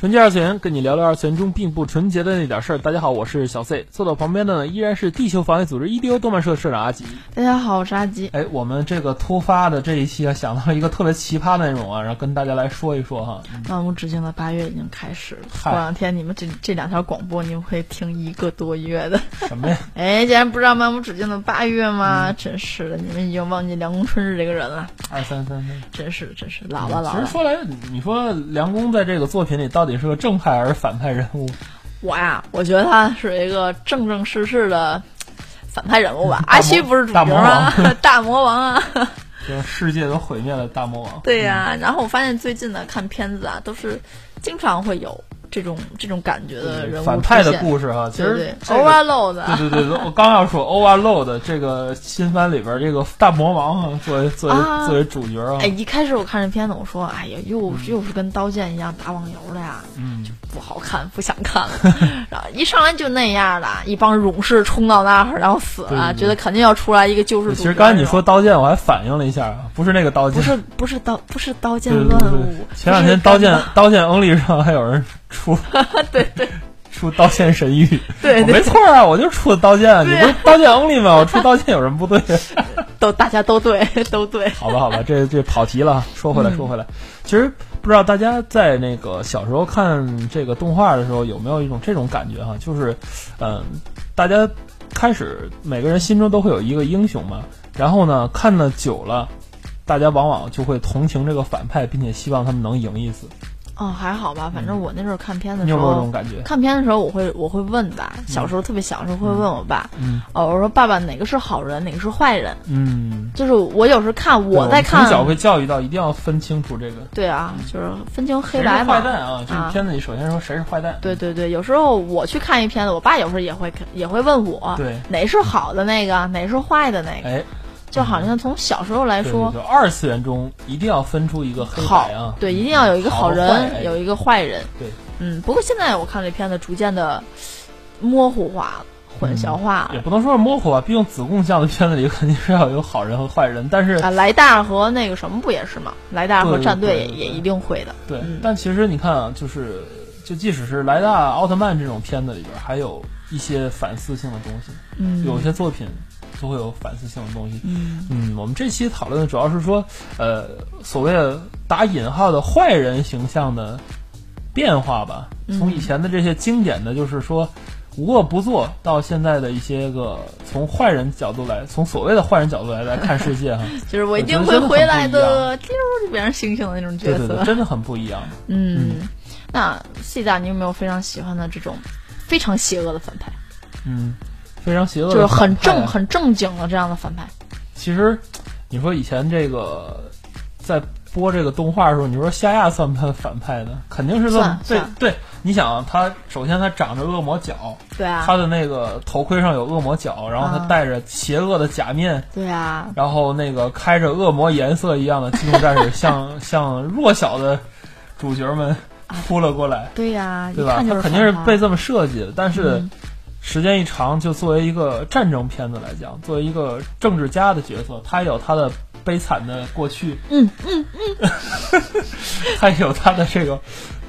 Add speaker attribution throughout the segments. Speaker 1: 纯洁二次元，跟你聊聊二次元中并不纯洁的那点事儿。大家好，我是小 C，坐到旁边的呢依然是地球防卫组织 EDO 动漫社社长阿吉。
Speaker 2: 大家好，我是阿吉。
Speaker 1: 哎，我们这个突发的这一期啊，想到一个特别奇葩的内容啊，然后跟大家来说一说哈。
Speaker 2: 漫无止境的八月已经开始了，
Speaker 1: 嗨
Speaker 2: 过两天你们这这两条广播你们会听一个多月的。
Speaker 1: 什么呀？
Speaker 2: 哎，竟然不知道漫无止境的八月吗？
Speaker 1: 嗯
Speaker 2: 真是的，你们已经忘记梁公春日这个人了，
Speaker 1: 二三三三。
Speaker 2: 真是真是老了老
Speaker 1: 其实
Speaker 2: 了。
Speaker 1: 嗯说来，你说梁公在这个作品里到底是个正派还是反派人物？
Speaker 2: 我呀，我觉得他是一个正正式式的反派人物吧。阿虚不是
Speaker 1: 嗯
Speaker 2: 主角
Speaker 1: 大魔
Speaker 2: 啊， 大魔王 啊。
Speaker 1: 这个世界都毁灭了大魔王。
Speaker 2: 对呀、然后我发现最近呢，看片子啊，都是经常会有这种这种感觉的人物
Speaker 1: 反派
Speaker 2: 出
Speaker 1: 的
Speaker 2: 现
Speaker 1: 故事哈，其
Speaker 2: 对
Speaker 1: 实
Speaker 2: 不对
Speaker 1: 这个
Speaker 2: ，overload 啊
Speaker 1: 对对对，我刚要说 Overload 这个新番里边这个大魔王啊，作为作为、
Speaker 2: 啊
Speaker 1: 作为主角啊，
Speaker 2: 哎，一开始我看这片子，我说，哎呀，又又是跟《刀剑》一样打网游的呀，
Speaker 1: 嗯，
Speaker 2: 不好看，不想看了。 然后一上来就那样的，一帮勇士冲到那儿，然后死了，
Speaker 1: 对对对
Speaker 2: 觉得肯定要出来一个救世主。
Speaker 1: 其实刚才你说《刀剑》，我还反应了一下啊，不是那个《刀剑
Speaker 2: 不》，是不是刀不是刀剑
Speaker 1: 对对
Speaker 2: 乱
Speaker 1: 对
Speaker 2: 舞
Speaker 1: 对，，前两天《刀剑》《刀剑 Only》上还有人出
Speaker 2: 对对
Speaker 1: 出《刀剑神域》，
Speaker 2: 对
Speaker 1: 我没
Speaker 2: 对，啊
Speaker 1: 错啊，我就出的《刀剑》，你不是《刀剑 Only》吗？我出《刀剑》有什么不对？啊
Speaker 2: 都大家都对 都对，
Speaker 1: 好吧，好吧，这这跑题了，说回来，
Speaker 2: 嗯
Speaker 1: 说回来，其实不知道大家在那个小时候看这个动画的时候，有没有一种这种感觉哈、就是，嗯、大家开始每个人心中都会有一个英雄嘛，然后呢，看的久了。大家往往就会同情这个反派，并且希望他们能赢一次。
Speaker 2: 哦还好吧，反正我那时候看片的
Speaker 1: 嗯你有
Speaker 2: 时
Speaker 1: 没有这
Speaker 2: 候
Speaker 1: 种。感觉？
Speaker 2: 看片的时候，我会我会问吧，小时候特别小的时候会问我爸，
Speaker 1: 嗯
Speaker 2: 哦，我说爸爸哪个是好人，哪个是坏人？
Speaker 1: 嗯，
Speaker 2: 就是我有时候看
Speaker 1: 对
Speaker 2: 我在
Speaker 1: 们嗯
Speaker 2: 看，
Speaker 1: 从小会教育到一定要分清楚这个
Speaker 2: 对啊，就是分清
Speaker 1: 谁
Speaker 2: 黑
Speaker 1: 是坏
Speaker 2: 白嘛。
Speaker 1: 蛋啊。这
Speaker 2: 啊
Speaker 1: 个片子里首先说谁是坏蛋，
Speaker 2: 对对对，有时候我去看一片子，我爸有时候也会也会问我，
Speaker 1: 对
Speaker 2: 哪是好的那个，哪是坏的那个，
Speaker 1: 哎，
Speaker 2: 就好像从小时候来
Speaker 1: 对
Speaker 2: 说，
Speaker 1: 对对二次元中一定要分出一个黑
Speaker 2: 好
Speaker 1: 白啊，，
Speaker 2: 对，一定要有一个
Speaker 1: 好
Speaker 2: 好
Speaker 1: 和
Speaker 2: 人，
Speaker 1: 坏哎
Speaker 2: 有一个坏人。
Speaker 1: 对，
Speaker 2: 嗯，不过现在我看这片子逐渐的模糊化了，混淆化
Speaker 1: 也
Speaker 2: 了。
Speaker 1: 不能说是模糊吧，毕竟子贡像的片子里肯定是要有好人和坏人，但是
Speaker 2: 啊，莱大和那个什么不也是吗？莱大和
Speaker 1: 对
Speaker 2: 战队
Speaker 1: 对
Speaker 2: 也
Speaker 1: 对
Speaker 2: 也
Speaker 1: 对
Speaker 2: 一定会的。
Speaker 1: 对
Speaker 2: 嗯，
Speaker 1: 但其实你看啊，就是就即使是莱大奥特曼这种片子里边，还有一些反思性的东西，
Speaker 2: 嗯，
Speaker 1: 有些作品就会有反思性的东西。
Speaker 2: 嗯
Speaker 1: 嗯，我们这期讨论的主要是说，呃，所谓的打引号的坏人形象的变化吧，
Speaker 2: 嗯
Speaker 1: 从以前的这些经典的，就是说无恶不作，到现在的一些个从坏人角度来，从所谓的坏人角度来来看世界哈，
Speaker 2: 就是我一
Speaker 1: 我
Speaker 2: 定
Speaker 1: 觉得真
Speaker 2: 会
Speaker 1: 的
Speaker 2: 回啊
Speaker 1: 很不
Speaker 2: 来
Speaker 1: 一
Speaker 2: 的，丢就变成星星的那种 角
Speaker 1: 对
Speaker 2: 色。
Speaker 1: 对对，真的很不一样。
Speaker 2: 嗯，那细大，你有没有非常喜欢的这种非常邪恶的反派，
Speaker 1: 嗯，非常邪恶的
Speaker 2: 就是
Speaker 1: 反
Speaker 2: 很
Speaker 1: 派
Speaker 2: 正很正经的这样的反派？
Speaker 1: 其实你说以前这个在播这个动画的时候，你说夏亚算不算反派呢？肯定是
Speaker 2: 算
Speaker 1: 对
Speaker 2: 算
Speaker 1: 对。你想啊，他首先他长着恶魔角，
Speaker 2: 对啊，
Speaker 1: 他的那个头盔上有恶魔角，然后他
Speaker 2: 啊
Speaker 1: 戴着邪恶的假面，
Speaker 2: 对啊，
Speaker 1: 然后那个开着恶魔颜色一样的机动战士 向向弱小的主角们扑了过来，
Speaker 2: 对呀，
Speaker 1: 对
Speaker 2: 一
Speaker 1: 吧？
Speaker 2: 看就
Speaker 1: 他
Speaker 2: 是
Speaker 1: 肯定是
Speaker 2: 反派
Speaker 1: 被这么设计的，但是
Speaker 2: 嗯
Speaker 1: 时间一长，就作为一个战争片子来讲，作为一个政治家的角色，他有他的悲惨的过去，
Speaker 2: 嗯
Speaker 1: 嗯嗯， 他也有他的这个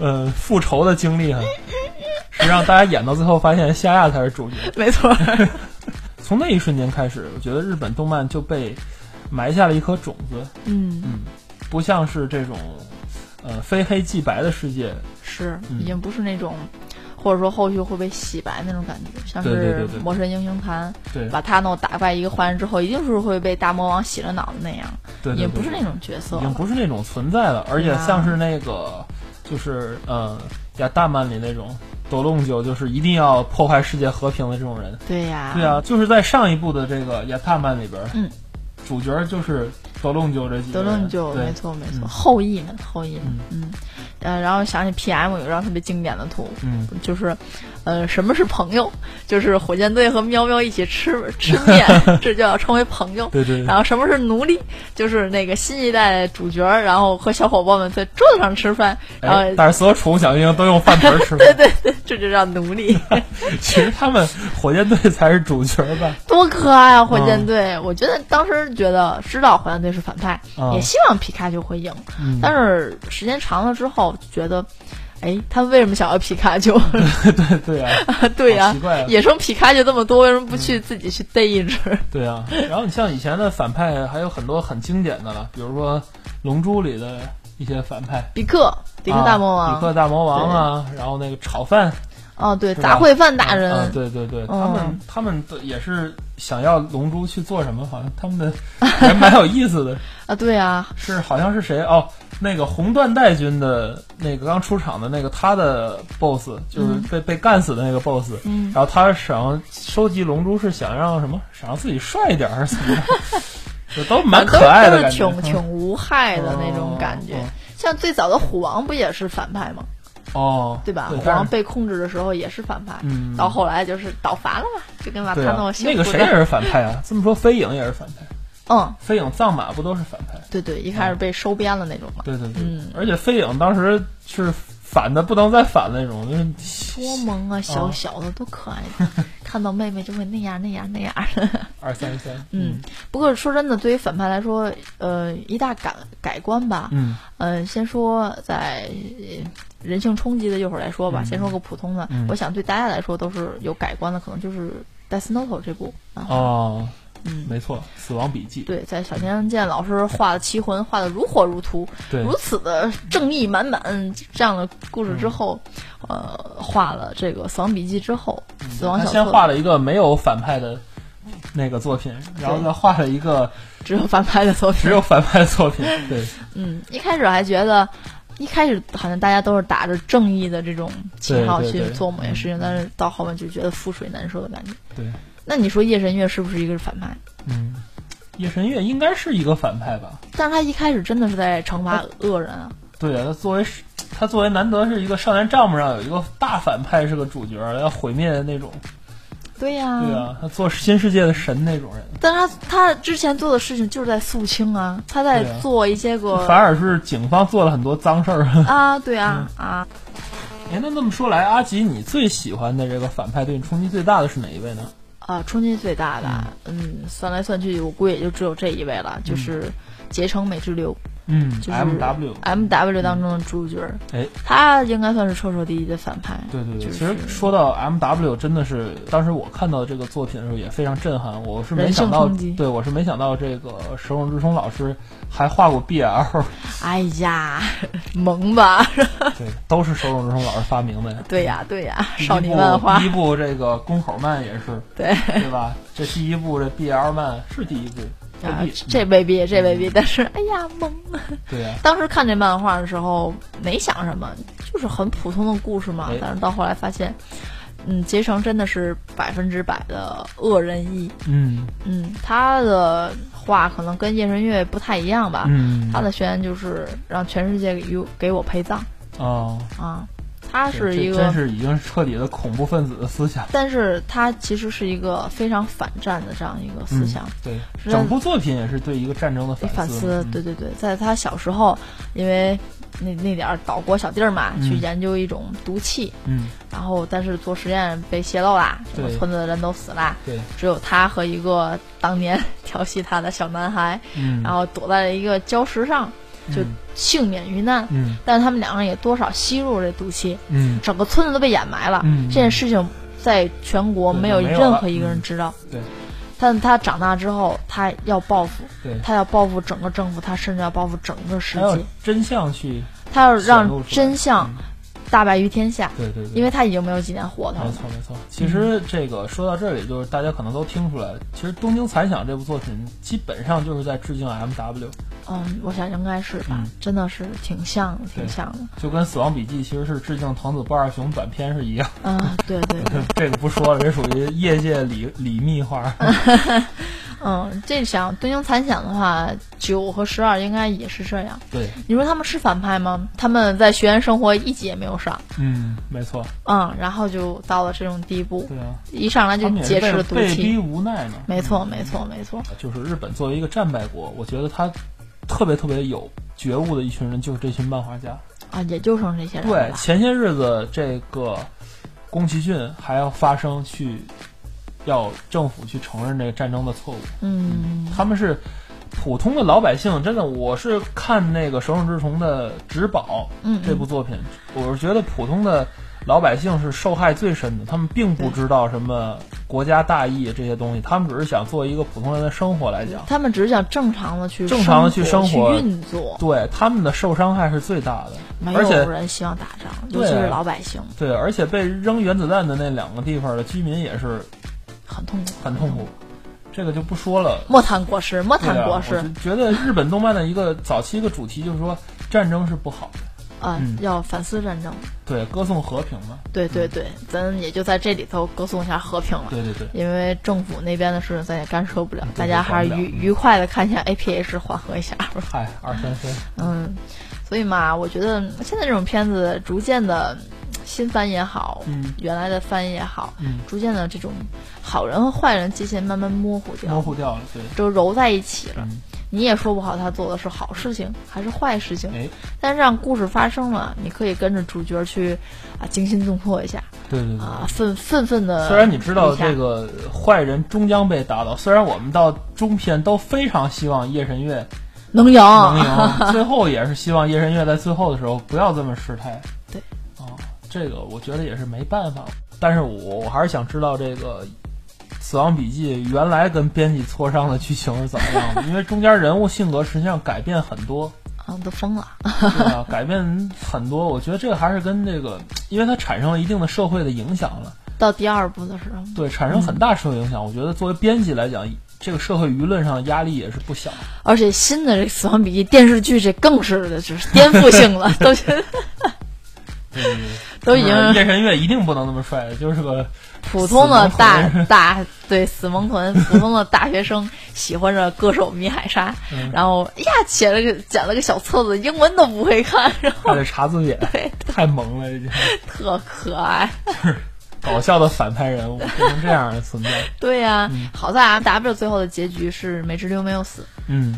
Speaker 1: 呃复仇的经 历哈。实际上，大家演到最后发现夏亚才是主角。
Speaker 2: 没错。
Speaker 1: 从那一瞬间开始，我觉得日本动漫就被埋下了一颗种子，
Speaker 2: 嗯，
Speaker 1: 不像是这种呃非黑即白的世界，
Speaker 2: 是，
Speaker 1: 嗯
Speaker 2: 已经不是那种，或者说后续会被洗白那种感觉，像
Speaker 1: 对对
Speaker 2: 是
Speaker 1: 对对
Speaker 2: 《魔神英雄坛》
Speaker 1: 对
Speaker 2: 把他诺打败一个坏人之后，一定是会被大魔王洗了脑的那样，
Speaker 1: 对对对，
Speaker 2: 也不是那种角色
Speaker 1: 已
Speaker 2: 了，
Speaker 1: 经不是那种存在了，而且
Speaker 2: 对啊
Speaker 1: 像是那个就是呃亚大漫里那种斗龙九，就是一定要破坏世界和平的这种人。啊
Speaker 2: 对呀，
Speaker 1: 对啊，就是在上一部的这个亚大漫里边，
Speaker 2: 嗯，
Speaker 1: 主角就是德龙就这几
Speaker 2: 德
Speaker 1: 个人，
Speaker 2: 龙就
Speaker 1: 对
Speaker 2: 没错没错，
Speaker 1: 嗯
Speaker 2: 后羿们后羿们，嗯，呃，然后想起 PM 有一张特别经典的图，
Speaker 1: 嗯，
Speaker 2: 就是，呃，什么是朋友？就是火箭队和喵喵一起吃吃 面，这就要称为朋友。
Speaker 1: 对对对
Speaker 2: 然后什么是奴隶？就是那个新一代主角，然后和小伙伴们在桌子上吃饭，然后
Speaker 1: 哎，但是所有宠物小精灵都用饭盆吃饭，
Speaker 2: 这就叫 奴隶，
Speaker 1: 其实他们火箭队才是主角吧？
Speaker 2: 多可爱啊！火
Speaker 1: 嗯
Speaker 2: 箭队，我觉得当时觉得知道火箭队是反派，
Speaker 1: 啊
Speaker 2: 也希望皮卡丘会赢，
Speaker 1: 嗯
Speaker 2: 但是时间长了之后觉得。哎，他为什么想要皮卡丘？
Speaker 1: 对 对啊，
Speaker 2: 对呀、
Speaker 1: 好奇怪啊
Speaker 2: 野生皮卡丘这么多，为什么不去自己去逮一只？
Speaker 1: 对啊。然后你像以前的反派还有很多很经典的了，比如说《龙珠》里的一些反派，
Speaker 2: 比克，比克大魔
Speaker 1: 啊
Speaker 2: 王，
Speaker 1: 比克大魔王啊，然后那个炒饭
Speaker 2: 哦，对，
Speaker 1: 是吧
Speaker 2: 杂烩饭大人，哦
Speaker 1: 啊，对对对，他们他们的也是想要龙珠去做什么，好像他们的还蛮有意 思的，
Speaker 2: 啊，对啊，
Speaker 1: 是好像是谁哦，那个红缎带军的那个刚出场的那个他的 BOSS 就是被、被干死的那个 BOSS，、
Speaker 2: 嗯，
Speaker 1: 然后他想收集龙珠是想让什么，想让自己帅一点还是怎么样？就都蛮可爱的
Speaker 2: 都
Speaker 1: 感
Speaker 2: 是
Speaker 1: 觉，嗯
Speaker 2: 挺挺无害的那种感觉。
Speaker 1: 哦
Speaker 2: 像最早的虎王不也是反派吗？
Speaker 1: 哦，
Speaker 2: 对吧？虎
Speaker 1: 但
Speaker 2: 王
Speaker 1: 是
Speaker 2: 被控制的时候也是反派，
Speaker 1: 嗯，
Speaker 2: 到后来就是倒伐了嘛，就跟瓦塔
Speaker 1: 对
Speaker 2: 诺
Speaker 1: 啊，
Speaker 2: 幸
Speaker 1: 那个
Speaker 2: 福
Speaker 1: 谁
Speaker 2: 的
Speaker 1: 也是反派啊，这 么说飞影也是反派，
Speaker 2: 嗯，
Speaker 1: 飞影藏马不都是反派？
Speaker 2: 对对，一开始被收编了那种嘛，
Speaker 1: 对对对，
Speaker 2: 嗯
Speaker 1: 而且飞影当时是反的不能再反的那种，就是
Speaker 2: 多萌啊，小
Speaker 1: 哦
Speaker 2: 小的多可爱， 看到妹妹就会那样那样那样。
Speaker 1: 二三三，
Speaker 2: 嗯，不过说真的，对于反派来说，呃，一大改改观吧。
Speaker 1: 嗯
Speaker 2: 呃，先说在呃人性冲击的一会儿来说吧，先说个普通的，
Speaker 1: 嗯
Speaker 2: 我想对大家来说都是有改观的，可能就是《Death Note》这部啊，
Speaker 1: 哦，
Speaker 2: 嗯，
Speaker 1: 没错，《死亡笔记》
Speaker 2: 对，在小田健老师画的《棋魂》画的如火如荼，
Speaker 1: 对
Speaker 2: 如此的正义满满这样的故
Speaker 1: 嗯
Speaker 2: 事之后，呃，画了这个《死亡笔记》之后，死
Speaker 1: 嗯
Speaker 2: 亡
Speaker 1: 他
Speaker 2: 小
Speaker 1: 先
Speaker 2: 册
Speaker 1: 画了一个没有反派的那个作品，然后再画了一个
Speaker 2: 只有翻拍的作品
Speaker 1: 只，有反派的作品， 对，
Speaker 2: 嗯，一开始还觉得，一开始好像大家都是打着正义的这种旗号
Speaker 1: 对对
Speaker 2: 去
Speaker 1: 对
Speaker 2: 做某些事情，但是到后面就觉得覆水难收的感觉。
Speaker 1: 对，
Speaker 2: 那你说夜神月是不是一个反派？
Speaker 1: 嗯，夜神月应该是一个反派吧？
Speaker 2: 但是他一开始真的是在惩罚恶人啊，
Speaker 1: 对啊，他作为他作为难得是一个少年账目上有一个大反派是个主角，要毁灭那种，
Speaker 2: 对呀、
Speaker 1: 对啊，他做新世界的神那种人。
Speaker 2: 但他他之前做的事情就是在肃清啊，他在
Speaker 1: 对啊
Speaker 2: 做一些个
Speaker 1: 反而是警方做了很多脏事儿。
Speaker 2: 啊，对啊、啊，
Speaker 1: 哎，那这么说来，阿吉，你最喜欢的这个反派对你冲击最大的是哪一位呢？
Speaker 2: 啊，冲击最大的，嗯，算来算去，我估计也就只有这一位了，就是结城美之流。
Speaker 1: 嗯
Speaker 2: 就是
Speaker 1: m W。
Speaker 2: M W 当中的主角，
Speaker 1: 哎，
Speaker 2: 他应该算是彻彻底底的反派。
Speaker 1: 对对对，
Speaker 2: 就是
Speaker 1: 其实说到 M W，真的是当时我看到这个作品的时候也非常震撼，我是没
Speaker 2: 人性
Speaker 1: 想到
Speaker 2: 冲击，
Speaker 1: 对我是没想到这个手冢治虫老师还画过 B L，
Speaker 2: 哎呀，萌吧？
Speaker 1: 对， 都是手冢治虫老师发明的呀。
Speaker 2: 对呀，对呀，
Speaker 1: 第一
Speaker 2: 少女
Speaker 1: 部
Speaker 2: 漫
Speaker 1: 嗯
Speaker 2: 画
Speaker 1: 第一，部这个宫口漫也是，
Speaker 2: 对
Speaker 1: 对吧？这第一部这 B L 漫是第一嗯部，
Speaker 2: 啊
Speaker 1: 未必
Speaker 2: 这未必，这未必，但是哎呀，萌！
Speaker 1: 对呀、
Speaker 2: 当时看这漫画的时候没想什么，就是很普通的故事嘛
Speaker 1: 哎。
Speaker 2: 但是到后来发现，嗯，结城真的是百分之百的恶人义。
Speaker 1: 嗯
Speaker 2: 嗯，他的画可能跟夜神月不太一样吧。
Speaker 1: 嗯，
Speaker 2: 啊他的宣言就是让全世界给给我陪葬。
Speaker 1: 哦，
Speaker 2: 啊，他
Speaker 1: 这
Speaker 2: 是一
Speaker 1: 真
Speaker 2: 个，
Speaker 1: 是已经是彻底的恐怖分子的思想
Speaker 2: 但是他其实是一个非常反战的这样一个思想。
Speaker 1: 嗯对，
Speaker 2: 是
Speaker 1: 整部作品也是对一个战争的
Speaker 2: 得反
Speaker 1: 思嗯
Speaker 2: 思，，对对对，在他小时候，因为那那点儿岛国小弟儿嘛，
Speaker 1: 嗯
Speaker 2: 去研究一种毒气，
Speaker 1: 嗯，
Speaker 2: 然后但是做实验被泄露啦，整个
Speaker 1: 对
Speaker 2: 村子的人都死啦，
Speaker 1: 对，
Speaker 2: 只有他和一个当年调戏他的小男孩，
Speaker 1: 嗯，
Speaker 2: 然后躲在了一个礁石上，就幸免于难。
Speaker 1: 嗯
Speaker 2: 但是他们两个人也多少吸入了这毒气，
Speaker 1: 嗯，
Speaker 2: 整个村子都被掩埋了。
Speaker 1: 嗯
Speaker 2: 啊这件事情在全国
Speaker 1: 对
Speaker 2: 没有
Speaker 1: 没有
Speaker 2: 任
Speaker 1: 了
Speaker 2: 何一个人
Speaker 1: 嗯
Speaker 2: 知道。
Speaker 1: 对
Speaker 2: 但他长大之后，他要报复，
Speaker 1: 对，
Speaker 2: 他要报复整个政府，他甚至要报复整个世
Speaker 1: 还要
Speaker 2: 界，
Speaker 1: 真相去，
Speaker 2: 他要
Speaker 1: 显露
Speaker 2: 让
Speaker 1: 出来嗯
Speaker 2: 真相大白于天下，
Speaker 1: 对对对，
Speaker 2: 因为他已经没有几年活头
Speaker 1: 没
Speaker 2: 了。
Speaker 1: 错没错。其实这个说到这里，就是大家可能都听出来了，其实《东京残响》这部作品基本上就是在致敬 M W，
Speaker 2: 嗯，我想应该是吧，
Speaker 1: 嗯
Speaker 2: 真的是挺像的，挺
Speaker 1: 对
Speaker 2: 像的。
Speaker 1: 就跟《死亡笔记》其实是致敬藤子不二雄短篇是一样。
Speaker 2: 嗯，对对对。
Speaker 1: 这个不说了，这属于业界里里密画。
Speaker 2: 嗯，这想东京残响的话，九和十二应该也是这样。
Speaker 1: 对，
Speaker 2: 你说他们是反派吗？他们在学员生活一级也没有上，
Speaker 1: 嗯，没错，
Speaker 2: 嗯，然后就到了这种地步，
Speaker 1: 对啊，
Speaker 2: 一上来就
Speaker 1: 他们也
Speaker 2: 劫
Speaker 1: 是
Speaker 2: 持了
Speaker 1: 被
Speaker 2: 毒
Speaker 1: 被逼
Speaker 2: 气。
Speaker 1: 无奈嘛。
Speaker 2: 没错，没错，没错。
Speaker 1: 就是日本作为一个战败国，我觉得他特别特别有觉悟的一群人，就是这群漫画家。
Speaker 2: 啊，也就剩这些人了
Speaker 1: 对，
Speaker 2: 吧。
Speaker 1: 前些日子这个宫崎骏还要发声去要政府去承认这个战争的错误，
Speaker 2: 嗯，
Speaker 1: 他们是普通的老百姓，真的，我是看那个《手冢治虫的植保》
Speaker 2: 嗯嗯
Speaker 1: 这部作品，我是觉得普通的老百姓是受害最深的，他们并不知道什么国家大义这些东西，他们只是想做一个普通人的生活来讲。
Speaker 2: 他们只是想正常的去
Speaker 1: 正常地去
Speaker 2: 生
Speaker 1: 生活
Speaker 2: 去运作，
Speaker 1: 对他们的受伤害是最大的，
Speaker 2: 没
Speaker 1: 而且
Speaker 2: 有人希望打仗，尤
Speaker 1: 对
Speaker 2: 其是
Speaker 1: 啊
Speaker 2: 老百姓，
Speaker 1: 对，而且被扔原子弹的那两个地方的居民也是
Speaker 2: 很痛苦，
Speaker 1: 很痛苦。。这个就不说了。
Speaker 2: 莫谈国事，莫
Speaker 1: 对啊
Speaker 2: 谈国
Speaker 1: 我
Speaker 2: 事
Speaker 1: 就觉得日本动漫的一个早期一个主题就是说战争是不好的，
Speaker 2: 啊
Speaker 1: 嗯，
Speaker 2: 要反思战争。
Speaker 1: 对，歌颂和平嘛。
Speaker 2: 对对对，咱也就在这里头歌颂一下和平了。
Speaker 1: 对对对，
Speaker 2: 因为政府那边的事情咱也干涉不了，
Speaker 1: 对
Speaker 2: 大家还是
Speaker 1: 管不了
Speaker 2: 愉愉快的看一下 APH 缓和一下吧。
Speaker 1: 嗨，二三分，
Speaker 2: 嗯，所以嘛，我觉得现在这种片子逐渐的新番也好，
Speaker 1: 嗯
Speaker 2: 原来的番也好，
Speaker 1: 嗯
Speaker 2: 逐渐的这种好人和坏人界限慢慢模糊掉，
Speaker 1: 模糊掉了。对，
Speaker 2: 就揉在一起了。
Speaker 1: 嗯，
Speaker 2: 你也说不好他做的是好事情还是坏事情，
Speaker 1: 哎，
Speaker 2: 但是让故事发生了，你可以跟着主角去啊惊心动魄一下
Speaker 1: 对对对。
Speaker 2: 啊，愤愤愤的。
Speaker 1: 嗯虽然你知道这个坏人终将被打倒，虽然我们到中篇都非常希望夜神月
Speaker 2: 能赢，
Speaker 1: 能赢，最后也是希望夜神月在最后的时候不要这么失态。
Speaker 2: 对，
Speaker 1: 啊，这个我觉得也是没办法。但是我我还是想知道这个《死亡笔记》原来跟编辑磋商的剧情是怎么样的，因为中间人物性格实际上改变很多，
Speaker 2: 啊，都疯了。
Speaker 1: 对吧？改变很多，我觉得这个还是跟这个，因为它产生了一定的社会的影响了，
Speaker 2: 到第二部的时候，
Speaker 1: 对，产生
Speaker 2: 嗯
Speaker 1: 很大社会影响。我觉得作为编辑来讲，这个社会舆论上的压力也是不小。
Speaker 2: 而且新的这《死亡笔记》电视剧，这更是的，就是颠覆性 了，都觉得
Speaker 1: 对，
Speaker 2: 都已
Speaker 1: 就是
Speaker 2: 经
Speaker 1: 夜神月一定不能那么帅，就是个
Speaker 2: 普通的
Speaker 1: 嗯死
Speaker 2: 大
Speaker 1: 亡魂
Speaker 2: 大对死萌臀，普通的大学生喜欢着歌手米海莎，
Speaker 1: 嗯
Speaker 2: 然后哎呀写了个捡了个小册子，英文都不会看， 然后
Speaker 1: 还得查字典，太萌了，已经
Speaker 2: 特可爱。
Speaker 1: 搞笑的反派人物变成这样的存在。
Speaker 2: 对呀、
Speaker 1: 嗯
Speaker 2: 好在啊 M W 最后的结局是美智流没有死，
Speaker 1: 嗯，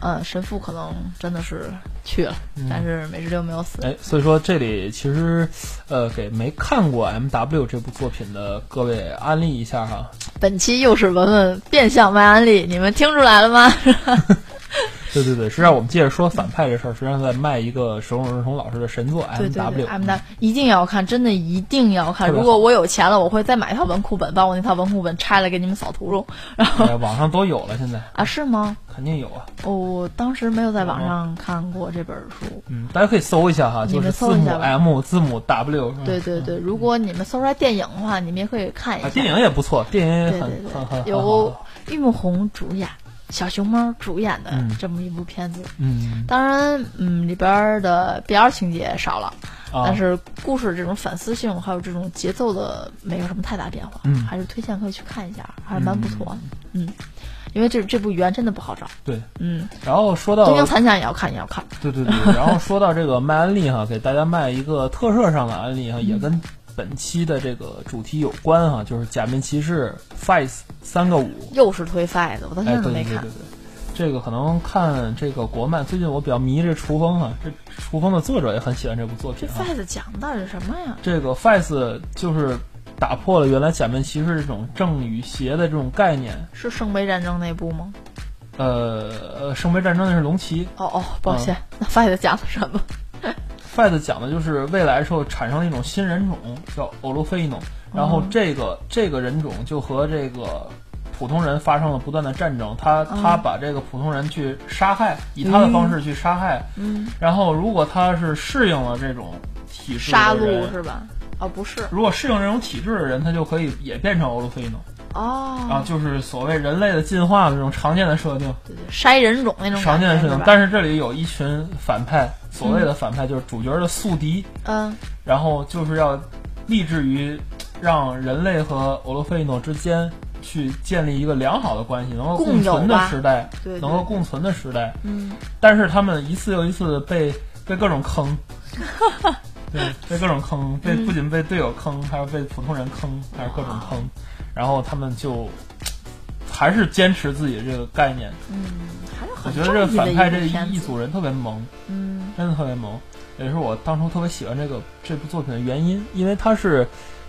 Speaker 2: 呃，神父可能真的是去了，
Speaker 1: 嗯
Speaker 2: 但是美智流没有死。
Speaker 1: 哎，所以说这里其实，呃，给没看过 M W 这部作品的各位安利一下哈。
Speaker 2: 本期又是文文变相卖安利，你们听出来了吗？
Speaker 1: 对对对，实际上我们接着说反派这事儿，实际上在卖一个手冢治虫老师的神作 M
Speaker 2: 对对
Speaker 1: W。
Speaker 2: 对，M W 一定要看，真的一定要看。
Speaker 1: 特别
Speaker 2: 如
Speaker 1: 好
Speaker 2: 果我有钱了，我会再买一套文库本，把我那套文库本拆了给你们扫图用。然后
Speaker 1: 哎网上都有了，现在
Speaker 2: 啊，是吗？
Speaker 1: 肯定有啊。
Speaker 2: 哦，我当时没有在网上看过这本书。
Speaker 1: 嗯，大家可以搜一下哈，
Speaker 2: 你
Speaker 1: 就
Speaker 2: 们
Speaker 1: 是
Speaker 2: 搜
Speaker 1: 字
Speaker 2: 一
Speaker 1: 母
Speaker 2: 下吧
Speaker 1: M 字母 W 是吧。
Speaker 2: 对对对，如果你们搜出来电影的话，你们也可以看一
Speaker 1: 嗯
Speaker 2: 下。
Speaker 1: 啊，电影也不错，电影也
Speaker 2: 对
Speaker 1: 很
Speaker 2: 对
Speaker 1: 很很
Speaker 2: 对，
Speaker 1: 很
Speaker 2: 由
Speaker 1: 好。
Speaker 2: 玉木宏主演、小熊猫主演的
Speaker 1: 嗯
Speaker 2: 这么一部片子。
Speaker 1: 嗯，
Speaker 2: 当然，嗯，里边儿的 BL 情节少了，
Speaker 1: 啊
Speaker 2: 但是故事这种反思性还有这种节奏的没有什么太大变化，
Speaker 1: 嗯
Speaker 2: 还是推荐可以去看一下，还是蛮不错的，嗯。因为这这部原真的不好找，
Speaker 1: 对。
Speaker 2: 嗯，
Speaker 1: 然后说
Speaker 2: 东
Speaker 1: 到
Speaker 2: 京残响也要看，也要看，
Speaker 1: 对对对，然后说到这个卖安利哈，给大家卖一个特摄上的安利
Speaker 2: 嗯
Speaker 1: 哈，也跟本期的这个主题有关哈，就是《假面骑士 Fights 三个五》。
Speaker 2: 又是推 five 的，我到现
Speaker 1: 哎，
Speaker 2: 在
Speaker 1: 对
Speaker 2: 都
Speaker 1: 对
Speaker 2: 没
Speaker 1: 对对
Speaker 2: 看。
Speaker 1: 对，这个可能看这个国漫，最近我比较迷这厨风哈，这厨风的作者也很喜欢这部作
Speaker 2: 这
Speaker 1: 品哈。啊
Speaker 2: five 讲的到底是什么呀？
Speaker 1: 这个 Fights 就是打破了原来假面骑士这种正与邪的这种概念。
Speaker 2: 是圣杯战争那部吗？
Speaker 1: 呃，呃，圣杯战争那是龙骑
Speaker 2: 哦哦，抱歉，
Speaker 1: 嗯
Speaker 2: 那 five 讲的什么？
Speaker 1: ，Fight 讲的就是未来时候产生了一种新人种叫欧罗菲诺，然
Speaker 2: 嗯
Speaker 1: 后这个、这个人种就和这个普通人发生了不断的战争，他、
Speaker 2: 嗯
Speaker 1: 他把这个普通人去杀害，以他的方式去杀害，
Speaker 2: 嗯，
Speaker 1: 然后如果他是适应了这种体制
Speaker 2: 杀
Speaker 1: 的人，
Speaker 2: 戮是吧？哦，不是，
Speaker 1: 如果适应这种体制的人，他就可以也变成欧罗菲诺，啊，
Speaker 2: 哦，
Speaker 1: 就是所谓人类的进化的这种常见的设定。
Speaker 2: 对对，筛人种那种
Speaker 1: 常见的
Speaker 2: 感
Speaker 1: 事
Speaker 2: 觉
Speaker 1: 情
Speaker 2: 吧，
Speaker 1: 但是这里有一群反派，所谓的反派就是主角的宿敌，
Speaker 2: 嗯
Speaker 1: 然后就是要立志于让人类和欧罗菲诺之间去建立一个良好的关系，能够
Speaker 2: 共
Speaker 1: 共存
Speaker 2: 有
Speaker 1: 的
Speaker 2: 吧
Speaker 1: 时代，
Speaker 2: 对对
Speaker 1: 能够共存的时代。
Speaker 2: 嗯，
Speaker 1: 但是他们一次又一次被被各种 坑，对，被各种坑，被不仅被队友坑，还有被普通人坑，还有各种
Speaker 2: 嗯
Speaker 1: 坑，然后他们就还是坚持自己这个概念。
Speaker 2: 嗯还是
Speaker 1: 我
Speaker 2: 很
Speaker 1: 觉得这
Speaker 2: 正义的
Speaker 1: 反派这
Speaker 2: 一部片
Speaker 1: 一
Speaker 2: 子
Speaker 1: 组人特别萌，
Speaker 2: 嗯
Speaker 1: 真的特别萌，也是我当初特别喜欢这个这部作品的原因，因为他是。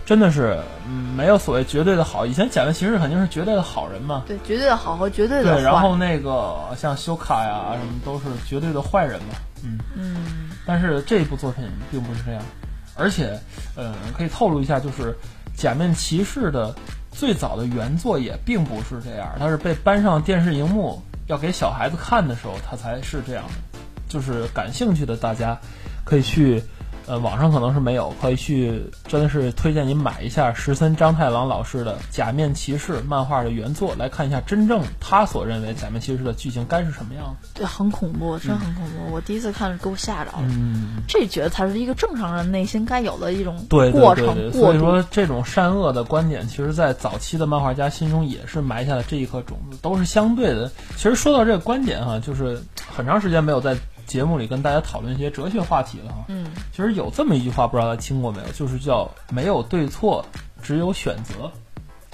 Speaker 1: 真的是，嗯，没有所谓绝对的好。以前假面骑士肯定是绝对的好人嘛，
Speaker 2: 对，绝对的好和绝对的
Speaker 1: 对。
Speaker 2: 坏。
Speaker 1: 然后那个像修卡呀啊什么都是绝对的坏人嘛，嗯。
Speaker 2: 嗯，
Speaker 1: 但是这一部作品并不是这样，而且，呃，可以透露一下，就是《假面骑士》的最早的原作也并不是这样，它是被搬上电视荧幕要给小孩子看的时候，它才是这样的。就是感兴趣的大家可以去，呃，网上可能是没有，可以去，真的是推荐你买一下石森章太郎老师的《假面骑士》漫画的原作，来看一下真正他所认为假面骑士的剧情该是什么样子。
Speaker 2: 对，很恐怖，真很恐怖。我第一次看给我吓着了。
Speaker 1: 嗯。
Speaker 2: 这觉得才是一个正常人内心该有的一种
Speaker 1: 对对
Speaker 2: 过
Speaker 1: 对
Speaker 2: 程
Speaker 1: 对，
Speaker 2: 过
Speaker 1: 所以
Speaker 2: 渡。
Speaker 1: 说这种善恶的观点，其实在早期的漫画家心中也是埋下了这一颗种子，都是相对的。其实说到这个观点哈、就是很长时间没有在节目里跟大家讨论一些哲学话题了哈、啊
Speaker 2: 嗯，
Speaker 1: 其实有这么一句话，不知道大家听过没有，就是叫“没有对错，只有选择”。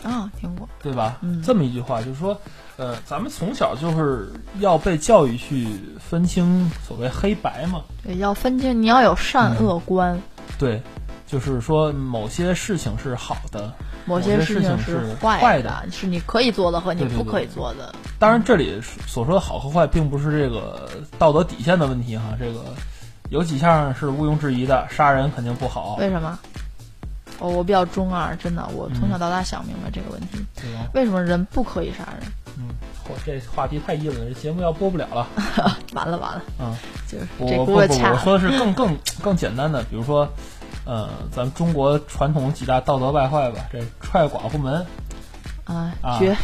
Speaker 2: 啊，听过，
Speaker 1: 对吧？
Speaker 2: 嗯
Speaker 1: 这么一句话就是说，呃，咱们从小就是要被教育去分清所谓黑白嘛，
Speaker 2: 对，要分清，你要有善
Speaker 1: 嗯
Speaker 2: 恶观，
Speaker 1: 对，就是说某些事情是好的，
Speaker 2: 某
Speaker 1: 些
Speaker 2: 事情
Speaker 1: 事情是
Speaker 2: 坏
Speaker 1: 坏
Speaker 2: 的，是你可以做的和你
Speaker 1: 对对
Speaker 2: 不
Speaker 1: 对
Speaker 2: 可以做的。
Speaker 1: 当然，这里所说的好和坏，并不是这个道德底线的问题哈。这个有几项是毋庸置疑的，杀人肯定不好，
Speaker 2: 为什么？我我比较中二，真的，我
Speaker 1: 嗯
Speaker 2: 从小到大想明白这个问题，
Speaker 1: 对吧？
Speaker 2: 为什么人不可以杀人？
Speaker 1: 嗯，嚯，这话题太硬了，这节目要播不了 了。
Speaker 2: 完了完了，
Speaker 1: 嗯，
Speaker 2: 就是
Speaker 1: 我
Speaker 2: 这
Speaker 1: 不
Speaker 2: 锅
Speaker 1: 不不，
Speaker 2: 掐
Speaker 1: 我
Speaker 2: 了。
Speaker 1: 说的是更更 更简单的，比如说，呃，咱们中国传统几大道德败坏吧，这踹寡妇门，
Speaker 2: 啊
Speaker 1: 啊，
Speaker 2: 绝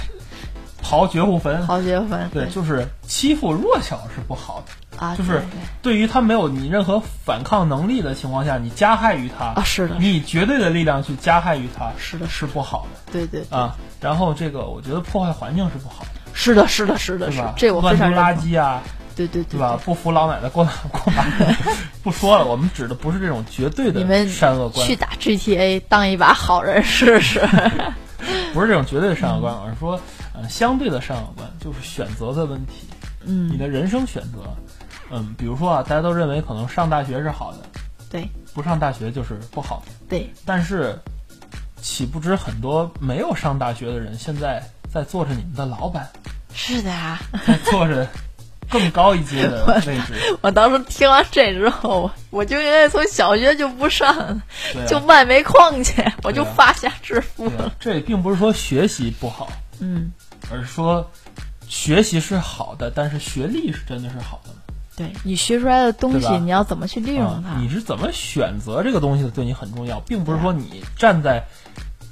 Speaker 1: 刨绝户坟，
Speaker 2: 好绝分，
Speaker 1: 对，就是欺负弱小是不好的。
Speaker 2: 啊，
Speaker 1: 就是
Speaker 2: 对对
Speaker 1: 对于他没有你任何反抗能力的情况下，你加害于他，
Speaker 2: 啊，是的，
Speaker 1: 你以绝对的力量去加害于他，
Speaker 2: 是的，
Speaker 1: 是不好的
Speaker 2: 对对，
Speaker 1: 啊。然后这个我觉得破坏环境是不好的，
Speaker 2: 是的，是的，是的，
Speaker 1: 对
Speaker 2: 是
Speaker 1: 吧
Speaker 2: 的，？这我
Speaker 1: 乱
Speaker 2: 非
Speaker 1: 丢
Speaker 2: 常
Speaker 1: 垃
Speaker 2: 认同，
Speaker 1: 圾啊，
Speaker 2: 对对对
Speaker 1: 对吧？？不服老奶奶过马过马路， 不说了，我们指的不是这种绝对
Speaker 2: 你们
Speaker 1: 的善恶观
Speaker 2: 去，打 GTA 当一把好人 试试。
Speaker 1: 不是这种绝对的善恶观，而是说，呃，相对的善恶观就是选择的问题，你
Speaker 2: 嗯，
Speaker 1: 的人生选择，嗯，比如说啊，大家都认为可能上大学是好的，
Speaker 2: 对
Speaker 1: 不上大学就是不好的。
Speaker 2: 对，
Speaker 1: 但是，岂不知很多没有上大学的人，现在在做着你们的老板，
Speaker 2: 是的 啊。
Speaker 1: 在做着更高一阶的位置，
Speaker 2: 我当时听完这之后，我我就应该从小学就不上了，
Speaker 1: 对啊
Speaker 2: 就卖煤矿去，我就
Speaker 1: 对啊
Speaker 2: 发家致富
Speaker 1: 对啊
Speaker 2: 了。
Speaker 1: 这并不是说学习不好，
Speaker 2: 嗯，
Speaker 1: 而是说学习是好的，但是学历是真的是好的吗？
Speaker 2: 对你学出来的东西
Speaker 1: 对吧，
Speaker 2: 你要怎么去利用
Speaker 1: 啊
Speaker 2: 它？
Speaker 1: 你是怎么选择这个东西的，对你很重要，并
Speaker 2: 啊
Speaker 1: 不是说你站在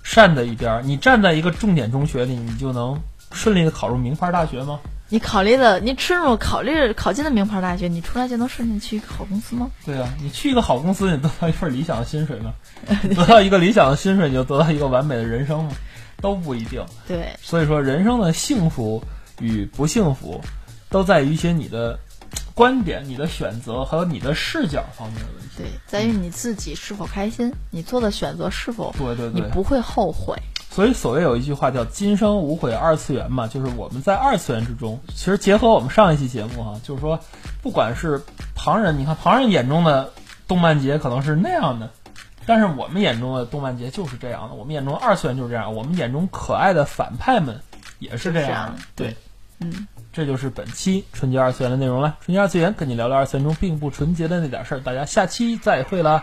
Speaker 1: 善的一边儿，你站在一个重点中学里，你就能顺利的考入名牌大学吗？
Speaker 2: 你考虑的，你深入考虑考进的名牌大学，你出来就能顺利去一个好公司吗？
Speaker 1: 对啊，你去一个好公司，你得到一份理想的薪水 吗？得到一个理想的薪水，你就得到一个完美的人生吗？都不一定。
Speaker 2: 对，
Speaker 1: 所以说，人生的幸福与不幸福，都在于一些你的观点、你的选择和你的视角方面的问题。
Speaker 2: 对，在于你自己是否开心，你做的选择是否
Speaker 1: 对对
Speaker 2: 你
Speaker 1: 对，
Speaker 2: 不会后悔。
Speaker 1: 所以所谓有一句话叫“今生无悔二次元”嘛，就是我们在二次元之中，其实结合我们上一期节目哈、就是说，不管是旁人，你看旁人眼中的动漫节可能是那样的，但是我们眼中的动漫节就是这样的，我们眼中的二次元就是这样，我们眼中可爱的反派们也是这
Speaker 2: 就是这
Speaker 1: 样
Speaker 2: 样
Speaker 1: 的，
Speaker 2: 对
Speaker 1: 对。
Speaker 2: 嗯，
Speaker 1: 这就是本期春节二次元的内容了。春节二次元跟你聊聊二次元中并不纯洁的那点事儿，大家下期再会啦。